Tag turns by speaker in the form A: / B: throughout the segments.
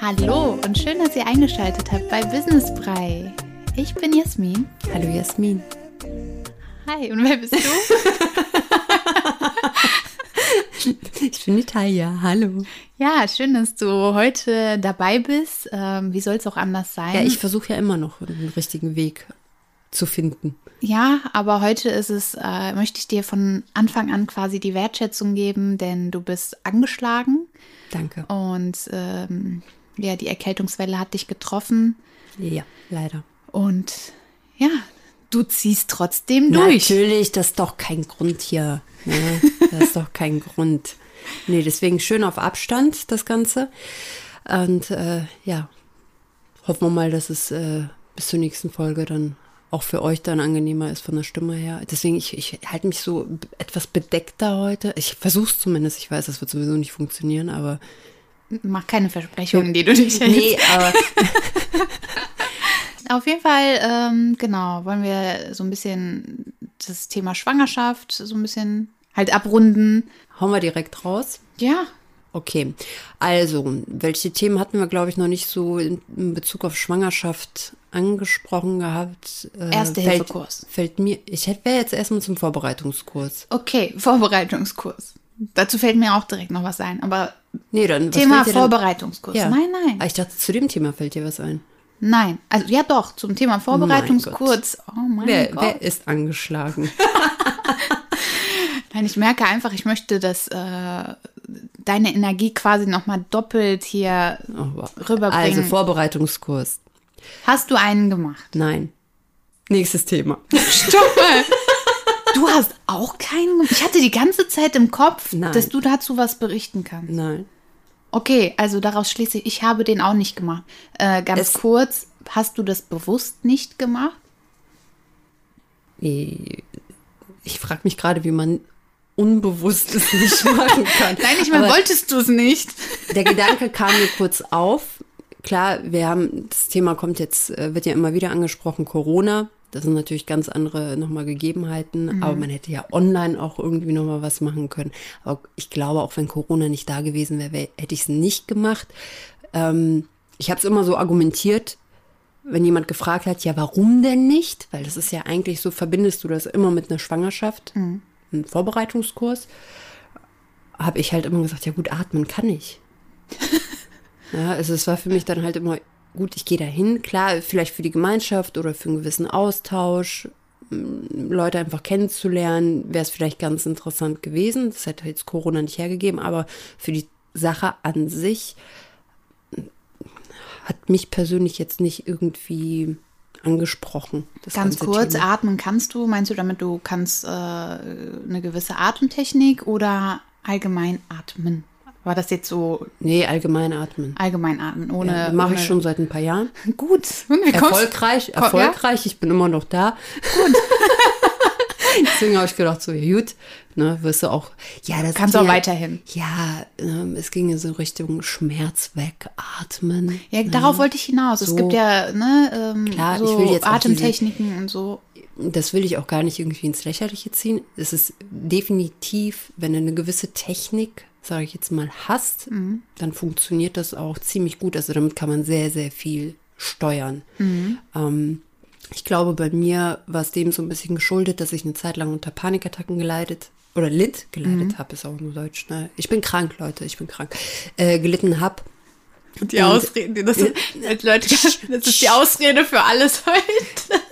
A: Hallo und schön, dass ihr eingeschaltet habt bei Business Brei. Ich bin Jasmin.
B: Hallo Jasmin.
A: Hi, und wer bist du?
B: Ich bin Natalia. Hallo.
A: ja, schön, dass du heute dabei bist. Ähm, wie soll es auch anders sein?
B: Ja, ich versuche ja immer noch einen richtigen Weg zu finden.
A: Ja, aber heute ist es, äh, möchte ich dir von Anfang an quasi die Wertschätzung geben, denn du bist angeschlagen
B: Danke.
A: und ähm, ja, die Erkältungswelle hat dich getroffen
B: Ja, leider.
A: und ja, du ziehst trotzdem durch.
B: Natürlich, das ist doch kein Grund hier. Ne? Das ist doch kein Grund. Nee, deswegen schön auf Abstand das Ganze. Und äh, ja, hoffen wir mal, dass es äh, bis zur nächsten Folge dann auch für euch dann angenehmer ist von der Stimme her. Deswegen, ich, ich halte mich so b- etwas bedeckter heute. Ich versuche es zumindest. Ich weiß, das wird sowieso nicht funktionieren, aber
A: Mach keine Versprechungen, die du nicht hältst.
B: Nee, äh, aber
A: Auf jeden Fall, ähm, genau, wollen wir so ein bisschen das Thema Schwangerschaft so ein bisschen halt abrunden.
B: hauen wir direkt raus.
A: Ja,
B: Okay, also, welche Themen hatten wir, glaube ich, noch nicht so in, in Bezug auf Schwangerschaft angesprochen gehabt? Äh,
A: Erste-Hilfe-Kurs.
B: Fällt, fällt mir, ich hätte wäre jetzt erstmal zum Vorbereitungskurs.
A: okay, Vorbereitungskurs. Dazu fällt mir auch direkt noch was ein, aber
B: Nee, dann. was
A: Thema
B: fällt dir denn-
A: Vorbereitungskurs.
B: Ja.
A: Nein, nein.
B: Ah, ich dachte, zu dem Thema fällt dir was ein.
A: Nein. Also ja doch, zum Thema Vorbereitungskurs. oh mein
B: Wer,
A: Gott.
B: wer ist angeschlagen?
A: Nein, ich merke einfach, ich möchte, dass äh, deine Energie quasi nochmal doppelt hier rüberbringen.
B: Oh, also, Vorbereitungskurs.
A: Hast du einen gemacht?
B: Nein. Nächstes Thema.
A: Stopp mal. Du hast auch keinen. gemacht? Ich hatte die ganze Zeit im Kopf,
B: Nein.
A: dass du dazu was berichten kannst.
B: Nein.
A: Okay, also daraus schließe ich, ich habe den auch nicht gemacht. Äh, ganz
B: Es-
A: kurz, hast du das bewusst nicht gemacht?
B: Ich frage mich gerade, wie man Unbewusstes nicht machen kann.
A: Nein, ich meine,
B: Aber-
A: wolltest du es nicht?
B: der Gedanke kam mir kurz auf. Klar, wir haben das Thema kommt jetzt, äh, wird ja immer wieder angesprochen, Corona. Das sind natürlich ganz andere nochmal Gegebenheiten, aber man hätte ja online auch irgendwie nochmal was machen können. Aber ich glaube, auch wenn Corona nicht da gewesen wäre, wär, hätte ich es nicht gemacht. Ähm, ich habe es immer so argumentiert, wenn jemand gefragt hat, ja, warum denn nicht? Weil das ist ja eigentlich so, verbindest du das immer mit einer Schwangerschaft, einem Vorbereitungskurs, habe ich halt immer gesagt, ja gut, atmen kann ich. Ja, also es war für mich dann halt immer gut, ich gehe dahin, klar, vielleicht für die Gemeinschaft oder für einen gewissen Austausch, m, Leute einfach kennenzulernen, wäre es vielleicht ganz interessant gewesen. Das hätte jetzt Corona nicht hergegeben, aber für die Sache an sich m, hat mich persönlich jetzt nicht irgendwie angesprochen. das
A: Ganz
B: ganze
A: kurz,
B: Thema.
A: atmen kannst du? Meinst du damit, du kannst äh, eine gewisse Atemtechnik oder allgemein atmen? War das jetzt so
B: Nee, allgemein atmen.
A: allgemein atmen, ohne.
B: Ja, Mache ich
A: ohne-
B: schon seit ein paar Jahren.
A: Gut. Und wie kommst du?
B: Erfolgreich,
A: Komm-
B: erfolgreich, ich bin immer noch da. Deswegen habe ich gedacht, so ja, gut, ne, wirst du auch. Ja, das
A: Kannst
B: ging
A: auch
B: ja-
A: weiterhin.
B: Ja, ähm, es ging ja so Richtung Schmerz wegatmen.
A: Ja, darauf wollte ich hinaus. Es
B: Mhm. So.
A: gibt ja ne, ähm,
B: Klar,
A: so
B: ich will jetzt auch
A: Atemtechniken und so.
B: Das will ich auch gar nicht irgendwie ins Lächerliche ziehen. Es ist definitiv, wenn du eine gewisse Technik, sage ich jetzt mal, hast, dann funktioniert das auch ziemlich gut. Also damit kann man sehr, sehr viel steuern. Ähm, ich glaube, bei mir war es dem so ein bisschen geschuldet, dass ich eine Zeit lang unter Panikattacken geleitet oder litt, geleitet habe, ist auch nur Deutsch. Ne? Ich bin krank, Leute, ich bin krank. Äh, gelitten habe.
A: Die Ausreden, das, Leute, das ist die Ausrede für alles heute.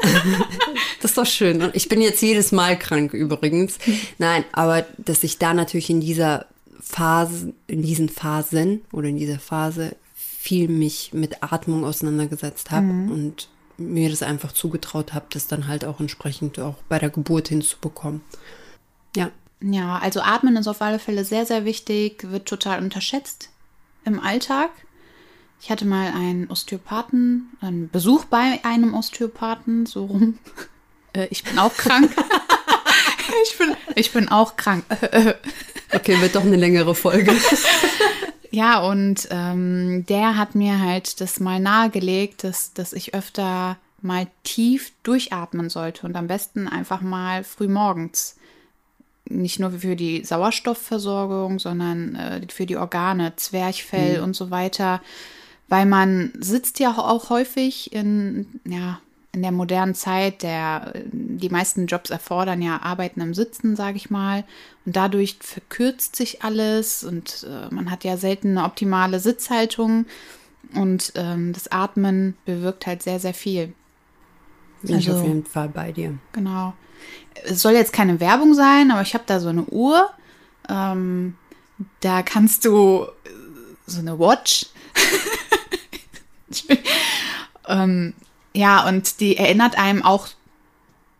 B: Das ist doch schön. Und Ich bin jetzt jedes Mal krank übrigens.
A: Hm.
B: Nein, aber dass ich da natürlich in dieser Phase, in diesen Phasen oder in dieser Phase viel mich mit Atmung auseinandergesetzt habe
A: Hm.
B: und mir das einfach zugetraut habe, das dann halt auch entsprechend auch bei der Geburt hinzubekommen. Ja,
A: Ja, also Atmen ist auf alle Fälle sehr, sehr wichtig, wird total unterschätzt im Alltag. Ich hatte mal einen Osteopathen, einen Besuch bei einem Osteopathen, so rum. Äh, ich bin auch krank. ich, bin, ich bin auch krank.
B: okay, wird doch eine längere Folge.
A: Ja, und ähm, der hat mir halt das mal nahegelegt, dass, dass ich öfter mal tief durchatmen sollte und am besten einfach mal früh morgens. Nicht nur für die Sauerstoffversorgung, sondern äh, für die Organe, Zwerchfell und so weiter. weil man sitzt ja auch häufig in, ja, in der modernen Zeit, der, die meisten Jobs erfordern ja Arbeiten im Sitzen, sage ich mal. Und dadurch verkürzt sich alles und äh, man hat ja selten eine optimale Sitzhaltung. Und ähm, das Atmen bewirkt halt sehr, sehr viel.
B: Bin ich
A: Also-
B: auf jeden Fall bei dir.
A: Genau. Es soll jetzt keine Werbung sein, aber ich habe da so eine Uhr. Ähm, da kannst du äh, so eine Watch. Ich bin- ähm, ja, und die erinnert einem auch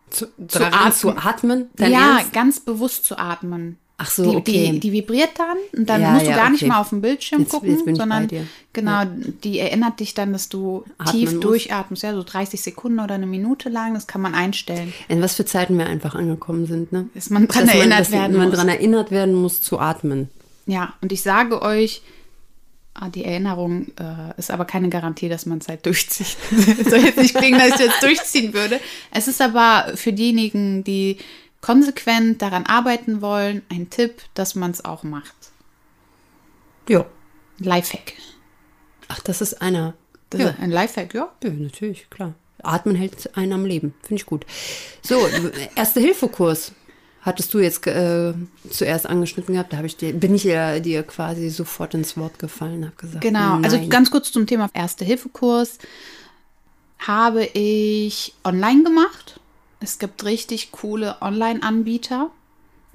B: Zu, zu,
A: Daran-
B: atmen, zu atmen? Dein
A: ja,
B: Ernst?
A: ganz bewusst zu atmen.
B: Ach so,
A: die,
B: okay.
A: die, die vibriert dann und dann
B: Ja,
A: musst du
B: ja,
A: gar nicht
B: okay.
A: mal auf den Bildschirm
B: Jetzt-
A: gucken,
B: jetzt bin ich bei
A: sondern
B: dir.
A: genau, die erinnert dich dann, dass du
B: Atmen
A: tief
B: musst.
A: durchatmest, ja, so 30 Sekunden oder eine Minute lang, das kann man einstellen,
B: In was für Zeiten wir einfach angekommen sind, ne?
A: dass man dran
B: Dass man,
A: erinnert
B: dass
A: werden
B: man
A: muss.
B: dran erinnert werden muss zu atmen.
A: Ja, und ich sage euch, ah, die Erinnerung äh, ist aber keine Garantie, dass man es halt durchzieht. Es soll jetzt nicht klingen, dass ich das durchziehen würde. Es ist aber für diejenigen, die konsequent daran arbeiten wollen, ein Tipp, dass man es auch macht.
B: Ja.
A: Lifehack.
B: Ach, das ist einer.
A: Das
B: ja.
A: ist ein Lifehack, ja.
B: ja, natürlich, klar. Atmen hält einen am Leben. Finde ich gut. So, Erste-Hilfe-Kurs hattest du jetzt äh, zuerst angeschnitten gehabt. Da habe ich dir, bin ich ja dir quasi sofort ins Wort gefallen, habe gesagt.
A: Genau.
B: nein.
A: Also ganz kurz zum Thema Erste-Hilfe-Kurs. Habe ich online gemacht. Es gibt richtig coole Online-Anbieter.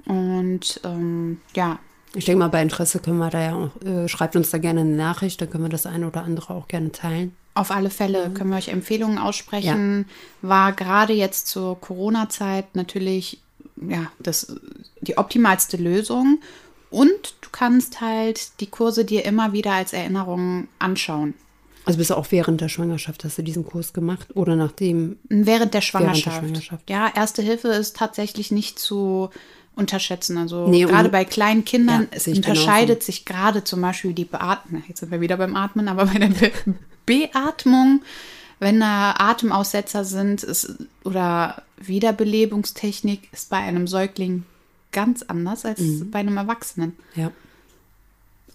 A: Und ähm, ja,
B: Ich denke mal, bei Interesse können wir da ja auch, äh, schreibt uns da gerne eine Nachricht, dann können wir das eine oder andere auch gerne teilen.
A: Auf alle Fälle können wir euch Empfehlungen aussprechen. War gerade jetzt zur Corona-Zeit natürlich ja, das, die optimalste Lösung. Und du kannst halt die Kurse dir immer wieder als Erinnerung anschauen.
B: Also bist du auch während der Schwangerschaft, hast du diesen Kurs gemacht oder nachdem?
A: Während der Schwangerschaft.
B: Schwangerschaft.
A: Ja, Erste Hilfe ist tatsächlich nicht zu unterschätzen. Also
B: Nee, und-
A: gerade bei kleinen Kindern
B: Ja,
A: es
B: sehe ich
A: unterscheidet sich gerade zum Beispiel die Beatmung. Jetzt sind wir wieder beim Atmen, aber bei der Be Beatmung, wenn da Atemaussetzer sind ist, oder Wiederbelebungstechnik, ist bei einem Säugling ganz anders als
B: Mhm.
A: bei einem Erwachsenen.
B: Ja.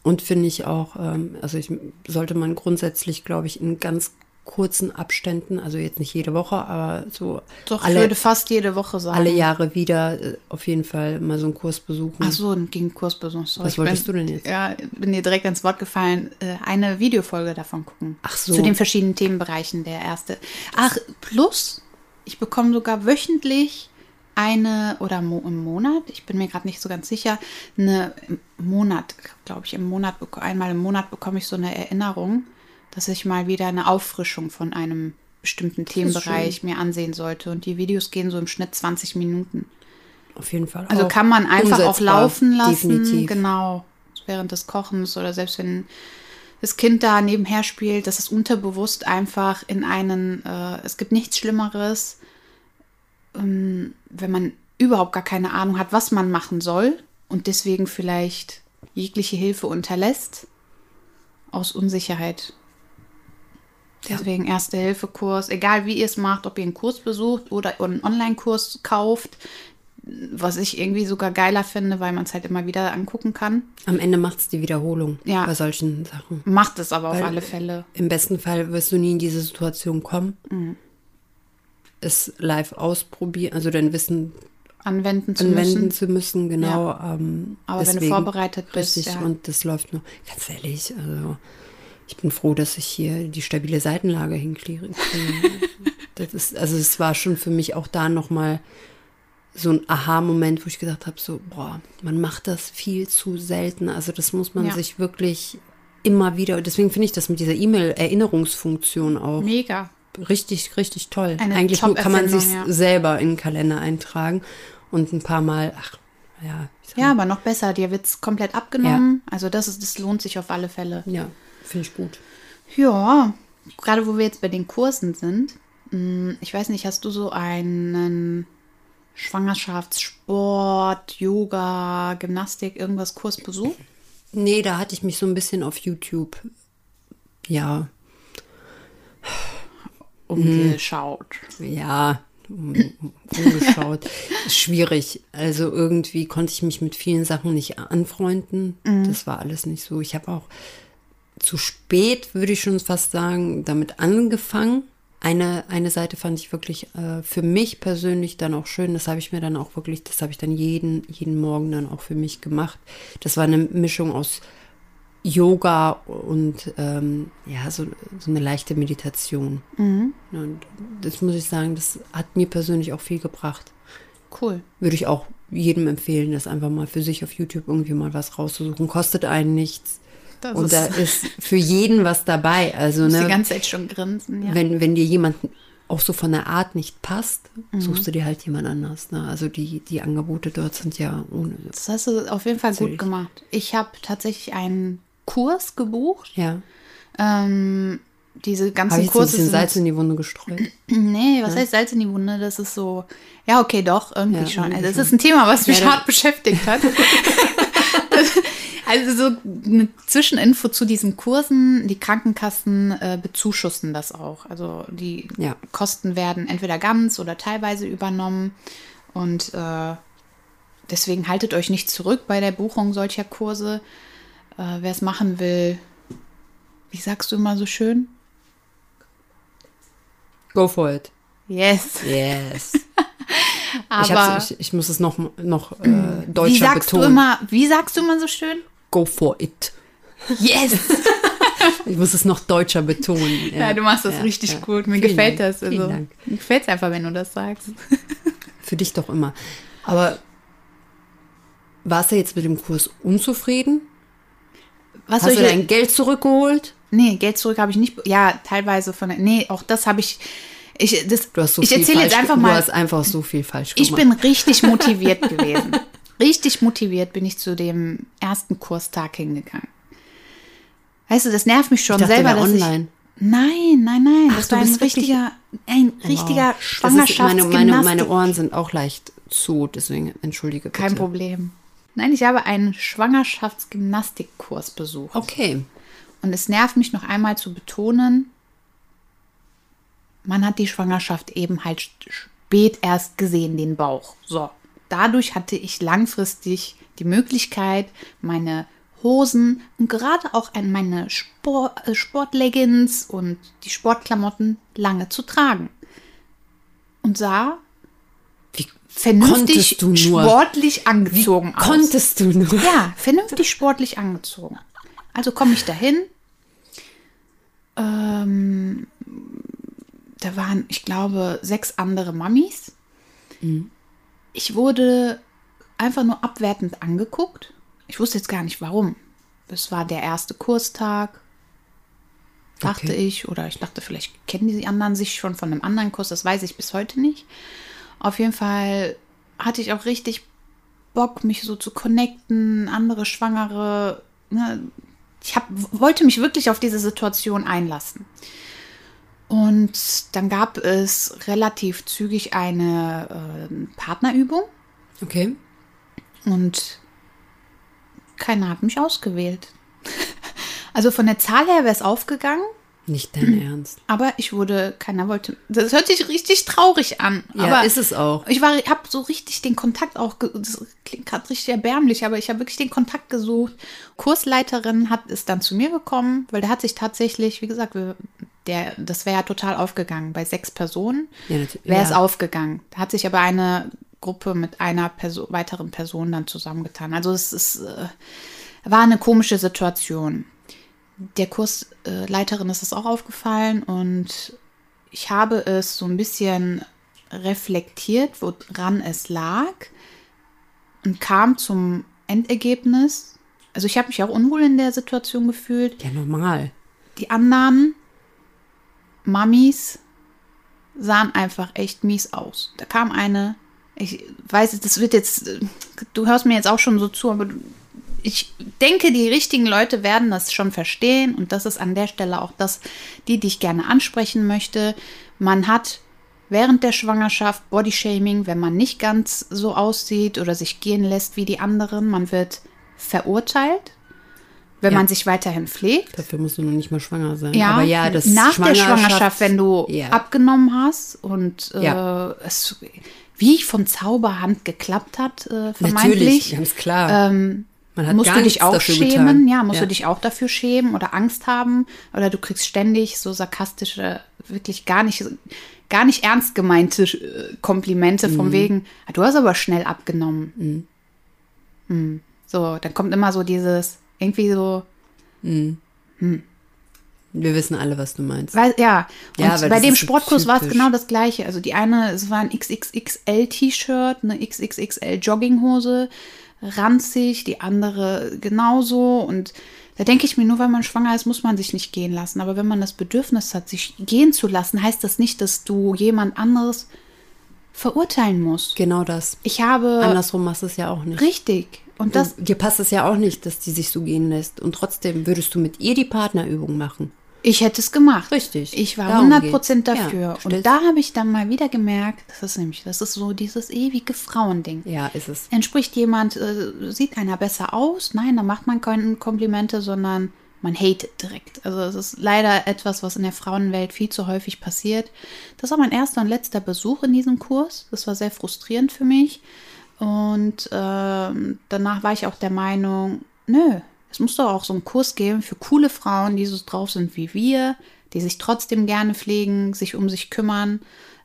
B: Und finde ich auch, ähm, also ich sollte man grundsätzlich, glaube ich, in ganz kurzen Abständen, also jetzt nicht jede Woche, aber so
A: Doch, ich
B: alle,
A: würde fast jede Woche sagen.
B: alle Jahre wieder äh, auf jeden Fall mal so einen Kurs besuchen.
A: Ach so, gegen Kursbesuch. sorry,
B: Was
A: ich äh,
B: wolltest du denn jetzt?
A: Ja, bin dir direkt ins Wort gefallen. Äh, Eine Videofolge davon gucken.
B: Ach so.
A: Zu den verschiedenen Themenbereichen der erste. Ach, plus, ich bekomme sogar wöchentlich eine oder mo im Monat, ich bin mir gerade nicht so ganz sicher, eine im Monat, glaube ich, im Monat, bek- einmal im Monat bekomme ich so eine Erinnerung, dass ich mal wieder eine Auffrischung von einem bestimmten Themenbereich mir ansehen sollte. Und die Videos gehen so im Schnitt 20 Minuten.
B: auf jeden Fall.
A: Also
B: auch
A: kann man einfach auch
B: umsetzbar,
A: laufen lassen.
B: Definitiv.
A: Genau. Während des Kochens oder selbst wenn das Kind da nebenher spielt, dass es unterbewusst einfach in einen, äh, es gibt nichts Schlimmeres, ähm, wenn man überhaupt gar keine Ahnung hat, was man machen soll und deswegen vielleicht jegliche Hilfe unterlässt aus Unsicherheit. Deswegen Erste-Hilfe-Kurs, egal wie ihr es macht, ob ihr einen Kurs besucht oder einen Online-Kurs kauft, was ich irgendwie sogar geiler finde, weil man es halt immer wieder angucken kann.
B: Am Ende macht es die Wiederholung
A: Ja.
B: bei solchen Sachen.
A: Macht es aber auf
B: Weil-
A: alle Fälle.
B: Im besten Fall wirst du nie in diese Situation kommen.
A: Mhm.
B: Es live ausprobieren, also dein Wissen
A: Anwenden zu
B: anwenden
A: müssen.
B: zu müssen, genau. Ähm,
A: Aber wenn du vorbereitet bist,
B: Richtig,
A: ja.
B: und das läuft nur. Ganz ehrlich, also ich bin froh, dass ich hier die stabile Seitenlage hinkriege. das ist, also es war schon für mich auch da nochmal so ein Aha-Moment, wo ich gedacht habe, so, boah, man macht das viel zu selten. Also das muss man
A: Ja.
B: sich wirklich immer wieder, deswegen finde ich das mit dieser E-Mail-Erinnerungsfunktion auch
A: Mega.
B: richtig, richtig toll.
A: Eine
B: Eigentlich nur kann man sich
A: Top-Erfindung, ja.
B: selber in den Kalender eintragen und ein paar Mal, ach, ja. ich sag
A: Ja, aber noch besser. Dir wird es komplett abgenommen. Also das, ist, das lohnt sich auf alle Fälle.
B: mal, ja, finde ich gut.
A: Ja, gerade wo wir jetzt bei den Kursen sind. mh, Ich weiß nicht, hast du so einen Schwangerschaftssport, Yoga, Gymnastik, irgendwas Kurs besucht?
B: Mhm. Nee, da hatte ich mich so ein bisschen auf YouTube, ja,
A: Umgeschaut.
B: ja, um- umgeschaut. Ist Schwierig. Also irgendwie konnte ich mich mit vielen Sachen nicht anfreunden. Das war alles nicht so. Ich habe auch zu spät, würde ich schon fast sagen, damit angefangen. Eine, eine Seite fand ich wirklich äh, für mich persönlich dann auch schön. Das habe ich mir dann auch wirklich, das habe ich dann jeden, jeden Morgen dann auch für mich gemacht. Das war eine Mischung aus Yoga und ähm, ja, so, so eine leichte Meditation.
A: Mhm.
B: Und das muss ich sagen, das hat mir persönlich auch viel gebracht.
A: Cool.
B: Würde ich auch jedem empfehlen, das einfach mal für sich auf YouTube irgendwie mal was rauszusuchen. Kostet einen nichts.
A: Das
B: und
A: ist,
B: da ist für jeden was dabei. Also,
A: muss die
B: ne,
A: ganze Zeit schon grinsen. Ja.
B: wenn, wenn dir jemand auch so von der Art nicht passt,
A: Mhm.
B: suchst du dir halt jemand anders. Ne? Also die, die Angebote dort sind ja ohne.
A: Das hast du auf jeden Fall gut
B: Natürlich.
A: gemacht. Ich habe tatsächlich einen Kurs gebucht.
B: Ja.
A: Ähm, diese
B: Habe
A: ganzen
B: ich jetzt ein
A: Kurse
B: bisschen
A: sind
B: Salz in die Wunde gestreut.
A: Nee, was heißt Salz in die Wunde? Das ist so, ja, okay, doch, irgendwie
B: Hm. Ja,
A: schon.
B: irgendwie
A: also, es
B: schon.
A: ist ein Thema, was mich
B: Ja, dann-
A: hart beschäftigt hat. also, so eine Zwischeninfo zu diesen Kursen. Die Krankenkassen äh, bezuschussen das auch. Also, die
B: Ja.
A: Kosten werden entweder ganz oder teilweise übernommen. Und äh, deswegen haltet euch nicht zurück bei der Buchung solcher Kurse. Äh, Wer es machen will, wie sagst du immer so schön?
B: Go for it.
A: Yes.
B: Yes.
A: Aber
B: ich, hab's, ich, ich muss es noch, noch äh, deutscher
A: wie sagst
B: betonen.
A: Du immer, wie sagst du immer so schön?
B: Go for it.
A: Yes!
B: Ich muss es noch deutscher betonen.
A: ja, du machst das
B: ja,
A: richtig
B: ja.
A: gut. Mir
B: Vielen
A: gefällt
B: Dank,
A: das. Also,
B: Vielen Dank.
A: Mir gefällt es einfach, wenn du das sagst.
B: Für dich doch immer. Aber warst du jetzt mit dem Kurs unzufrieden?
A: Was
B: Hast
A: soll
B: du
A: Also ich
B: dein Geld zurückgeholt?
A: Nee, Geld zurück habe ich nicht. be- Ja, teilweise von der. Nee, auch das habe ich. Ich, das,
B: Du hast so
A: ich
B: viel
A: erzähle
B: falsch
A: jetzt einfach
B: ge- Du
A: mal.
B: hast einfach so viel falsch
A: Ich
B: gemacht.
A: bin richtig motiviert gewesen. Richtig motiviert bin ich zu dem ersten Kurstag hingegangen. Weißt du, das nervt mich schon
B: dachte,
A: selber,
B: der
A: dass
B: online.
A: ich. Nein, nein, nein. das
B: du
A: war ein
B: bist wirklich-
A: richtiger, ein richtiger
B: Das ist- meine, meine, meine
A: Schwangerschaftsgymnastik.
B: Ohren sind auch leicht zu, deswegen entschuldige bitte.
A: Kein Problem. Nein, ich habe einen Schwangerschaftsgymnastikkurs besucht.
B: Okay.
A: Und es nervt mich noch einmal zu betonen, man hat die Schwangerschaft eben halt spät erst gesehen, den Bauch. So. Dadurch hatte ich langfristig die Möglichkeit, meine Hosen und gerade auch an meine Spor äh, Sportleggings und die Sportklamotten lange zu tragen. Und sah
B: Wie
A: vernünftig
B: konntest du nur?
A: sportlich angezogen aus.
B: Konntest du nur?
A: Ja, vernünftig sportlich angezogen. Also komme ich dahin. Ähm, da waren, ich glaube, sechs andere Mammis. Ich wurde einfach nur abwertend angeguckt. Ich wusste jetzt gar nicht warum. Es war der erste Kurstag, dachte
B: Okay.
A: ich. Oder ich dachte, vielleicht kennen die anderen sich schon von einem anderen Kurs. Das weiß ich bis heute nicht. Auf jeden Fall hatte ich auch richtig Bock, mich so zu connecten, andere Schwangere. Ne? Ich hab, wollte mich wirklich auf diese Situation einlassen. Und dann gab es relativ zügig eine ähm, Partnerübung
B: Okay.
A: und keiner hat mich ausgewählt. Also von der Zahl her wäre es aufgegangen,
B: Nicht
A: Mhm.
B: dein Ernst.
A: aber ich wurde, keiner wollte. Das hört sich richtig traurig an.
B: ja,
A: aber
B: ist es auch.
A: ich war, habe so richtig den Kontakt auch, ge- das klingt gerade richtig erbärmlich, aber ich habe wirklich den Kontakt gesucht. Kursleiterin hat ist dann zu mir gekommen, weil der hat sich tatsächlich, wie gesagt, wir, der, das wäre ja total aufgegangen bei sechs Personen
B: Ja, natürlich.
A: wäre es
B: Ja.
A: aufgegangen. Da hat sich aber eine Gruppe mit einer Perso weiteren Person dann zusammengetan. Also es ist, äh, war eine komische Situation. Der Kursleiterin ist es auch aufgefallen und ich habe es so ein bisschen reflektiert, woran es lag und kam zum Endergebnis. Also ich habe mich auch unwohl in der Situation gefühlt
B: Ja, normal.
A: die anderen Mamis sahen einfach echt mies aus. Da kam eine, ich weiß, das wird jetzt, du hörst mir jetzt auch schon so zu, aber du- ich denke, die richtigen Leute werden das schon verstehen und das ist an der Stelle auch das, die, die ich gerne ansprechen möchte. Man hat während der Schwangerschaft Bodyshaming, wenn man nicht ganz so aussieht oder sich gehen lässt wie die anderen. Man wird verurteilt, wenn
B: Ja.
A: man sich weiterhin pflegt.
B: Dafür musst du noch nicht mal schwanger sein.
A: Ja,
B: Aber ja, das
A: nach der
B: Schwangerschafts-
A: Schwangerschaft, wenn du
B: ja.
A: abgenommen hast und äh,
B: Ja.
A: es wie von Zauberhand geklappt hat, äh,
B: Natürlich,
A: vermeintlich,
B: ganz klar.
A: ähm,
B: Man hat
A: musst
B: gar
A: du
B: nichts
A: dich auch
B: dafür
A: schämen?
B: getan.
A: Ja, musst
B: Ja.
A: du dich auch dafür schämen oder Angst haben? Oder du kriegst ständig so sarkastische, wirklich gar nicht, gar nicht ernst gemeinte äh, Komplimente
B: Mhm.
A: vom wegen, "Ah, du hast aber schnell abgenommen. Mhm. So, dann kommt immer so dieses, irgendwie so,
B: Wir wissen alle, was du meinst.
A: Weil, ja, und
B: Ja, weil
A: bei
B: das
A: dem
B: ist so
A: Sportkurs war es
B: typisch.
A: genau das gleiche. Also die eine, es war ein XXXL-T-Shirt, eine XXXL-Jogginghose, ranzig, die andere genauso. Und da denke ich mir, nur weil man schwanger ist, muss man sich nicht gehen lassen. Aber wenn man das Bedürfnis hat, sich gehen zu lassen, heißt das nicht, dass du jemand anderes verurteilen musst.
B: Genau das.
A: Ich habe
B: Andersrum machst du es ja auch nicht.
A: richtig. Und Äh, das,
B: dir passt es ja auch nicht, dass die sich so gehen lässt. Und trotzdem würdest du mit ihr die Partnerübung machen.
A: Ich hätte es gemacht.
B: Richtig.
A: Ich war
B: Darum
A: 100%
B: geht's.
A: dafür.
B: Ja,
A: und
B: verstehst
A: da habe ich dann mal wieder gemerkt, das ist nämlich, das ist so dieses ewige Frauending.
B: Ja, ist es.
A: Entspricht jemand, äh, sieht einer besser aus? Nein, dann macht man keine Komplimente, sondern man hatet direkt. Also es ist leider etwas, was in der Frauenwelt viel zu häufig passiert. Das war mein erster und letzter Besuch in diesem Kurs. Das war sehr frustrierend für mich. Und ähm, danach war ich auch der Meinung, nö, es muss doch auch so einen Kurs geben für coole Frauen, die so drauf sind wie wir, die sich trotzdem gerne pflegen, sich um sich kümmern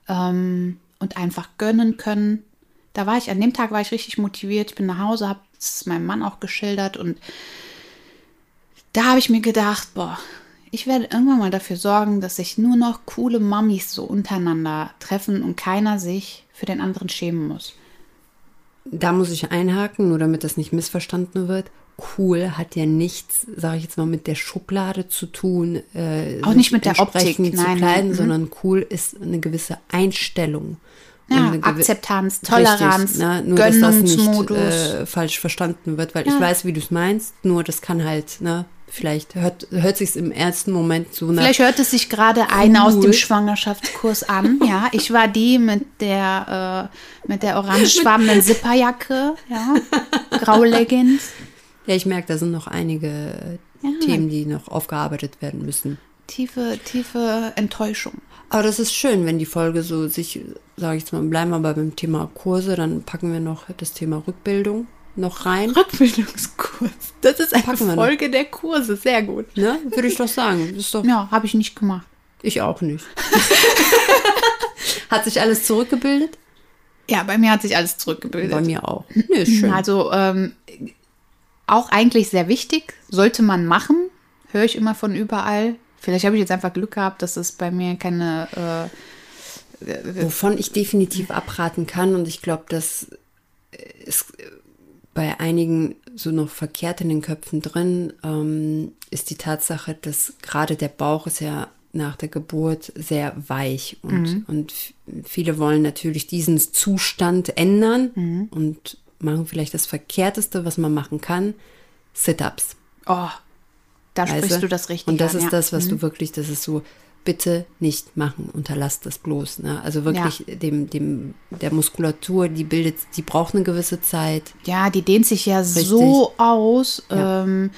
A: ähm, und einfach gönnen können. Da war ich, an dem Tag war ich richtig motiviert. Ich bin nach Hause, habe es meinem Mann auch geschildert und da habe ich mir gedacht, boah, ich werde irgendwann mal dafür sorgen, dass sich nur noch coole Mammis so untereinander treffen und keiner sich für den anderen schämen muss.
B: Da muss ich einhaken, nur damit das nicht missverstanden wird. Cool hat ja nichts, sage ich jetzt mal, mit der Schublade zu tun. Äh,
A: Auch
B: sich
A: nicht mit der Optik,
B: entsprechend zu
A: nein,
B: kleiden,
A: nein, mhm.
B: sondern cool ist eine gewisse Einstellung. Und
A: Ja,
B: eine gewi-
A: Akzeptanz, Toleranz,
B: Richtig, ne? nur, dass das nicht
A: Gönnungsmodus.
B: äh, falsch verstanden wird, weil
A: Ja.
B: ich weiß, wie du es meinst, nur das kann halt, ne, vielleicht hört, hört sich im ersten Moment ne? so nach
A: Vielleicht hört es sich gerade eine aus dem
B: Cool.
A: Schwangerschaftskurs an. Ja, ich war die mit der äh, mit der orangefarbenen Zipperjacke, ja, graue Leggings.
B: Ja, ich merke, da sind noch einige äh,
A: Ja.
B: Themen, die noch aufgearbeitet werden müssen.
A: Tiefe, tiefe Enttäuschung.
B: Aber das ist schön, wenn die Folge so sich, sage ich jetzt mal, bleiben wir aber beim Thema Kurse, dann packen wir noch das Thema Rückbildung noch rein.
A: Rückbildungskurs. Das ist eine
B: Packen wir noch.
A: Folge der Kurse. Sehr gut.
B: Ne? Würde ich doch sagen. Das ist doch
A: Ja, habe ich nicht gemacht.
B: ich auch nicht. Hat sich alles zurückgebildet?
A: Ja, bei mir hat sich alles zurückgebildet.
B: Bei mir auch. Nee, ist schön.
A: Also ähm, auch eigentlich sehr wichtig, sollte man machen, höre ich immer von überall. Vielleicht habe ich jetzt einfach Glück gehabt, dass es bei mir keine. äh,
B: Wovon ich definitiv abraten kann und ich glaube, das ist äh, bei einigen so noch verkehrt in den Köpfen drin, ähm, ist die Tatsache, dass gerade der Bauch ist ja nach der Geburt sehr weich und, und f- viele wollen natürlich diesen Zustand ändern und machen vielleicht das Verkehrteste, was man machen kann, Sit-ups.
A: Äh, oh, da
B: Weißt
A: sprichst du das richtig.
B: Und das
A: an,
B: ist
A: ja. Mhm.
B: das, was du wirklich, das ist so, bitte nicht machen, unterlass das bloß. Ne? Also wirklich dem, dem, der Muskulatur, die bildet, die braucht eine gewisse Zeit.
A: Ja, die dehnt sich ja so aus.
B: Ja.
A: Ähm,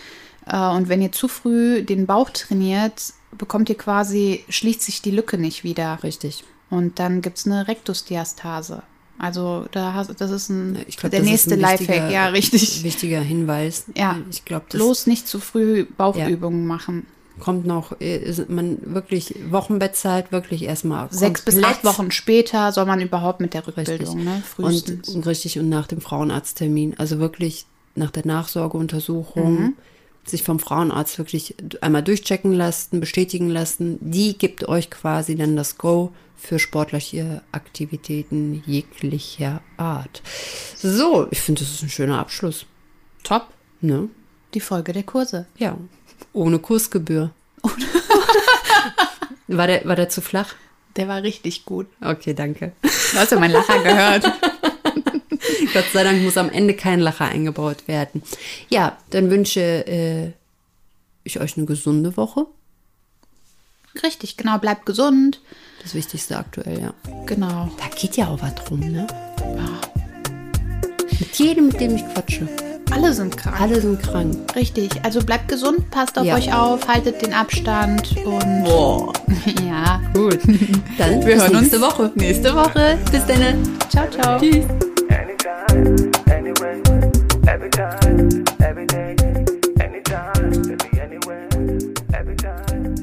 A: äh, und wenn ihr zu früh den Bauch trainiert, bekommt ihr quasi, schließt sich die Lücke nicht wieder.
B: Richtig.
A: Und dann gibt es eine Rektusdiastase. Also da hast, das ist ein,
B: Ich glaub,
A: der
B: das
A: nächste
B: ist ein
A: Lifehack,
B: wichtiger-
A: ja, richtig.
B: Wichtiger Hinweis.
A: Ja.
B: Ich glaube, das
A: Bloß nicht zu früh Bauchübungen machen.
B: kommt noch, äh, ist man wirklich Wochenbettzeit wirklich erstmal
A: Sechs bis
B: komplett-
A: acht Wochen später soll man überhaupt mit der
B: Richtig.
A: Rückbildung, ne?
B: Und,
A: Frühestens.
B: und richtig und nach dem Frauenarzttermin, also wirklich nach der Nachsorgeuntersuchung,
A: Mhm.
B: sich vom Frauenarzt wirklich einmal durchchecken lassen, bestätigen lassen. Die gibt euch quasi dann das Go für sportliche Aktivitäten jeglicher Art. So, ich finde, das ist ein schöner Abschluss.
A: Top.
B: Ne?
A: Die Folge der Kurse.
B: Ja, ohne Kursgebühr. war, der, war der zu flach?
A: Der war richtig gut.
B: Okay, danke.
A: Du hast ja mein Lacher gehört.
B: Gott sei Dank muss am Ende kein Lacher eingebaut werden. Ja, dann wünsche äh, ich euch eine gesunde Woche.
A: Richtig, genau. Bleibt gesund.
B: Das Wichtigste aktuell, ja.
A: Genau.
B: Da geht ja auch was drum, ne? Mit jedem, mit dem ich quatsche.
A: Alle sind krank.
B: Alle sind krank.
A: Richtig. Also bleibt gesund, passt auf
B: Ja.
A: euch auf, haltet den Abstand und. Boah. Ja.
B: Gut. Dann
A: Wir
B: bis
A: hören uns
B: nächste Woche.
A: nächste Woche.
B: Bis dann.
A: Ciao, ciao.
B: Tschüss.
C: Anytime, anyway, every time, every sky.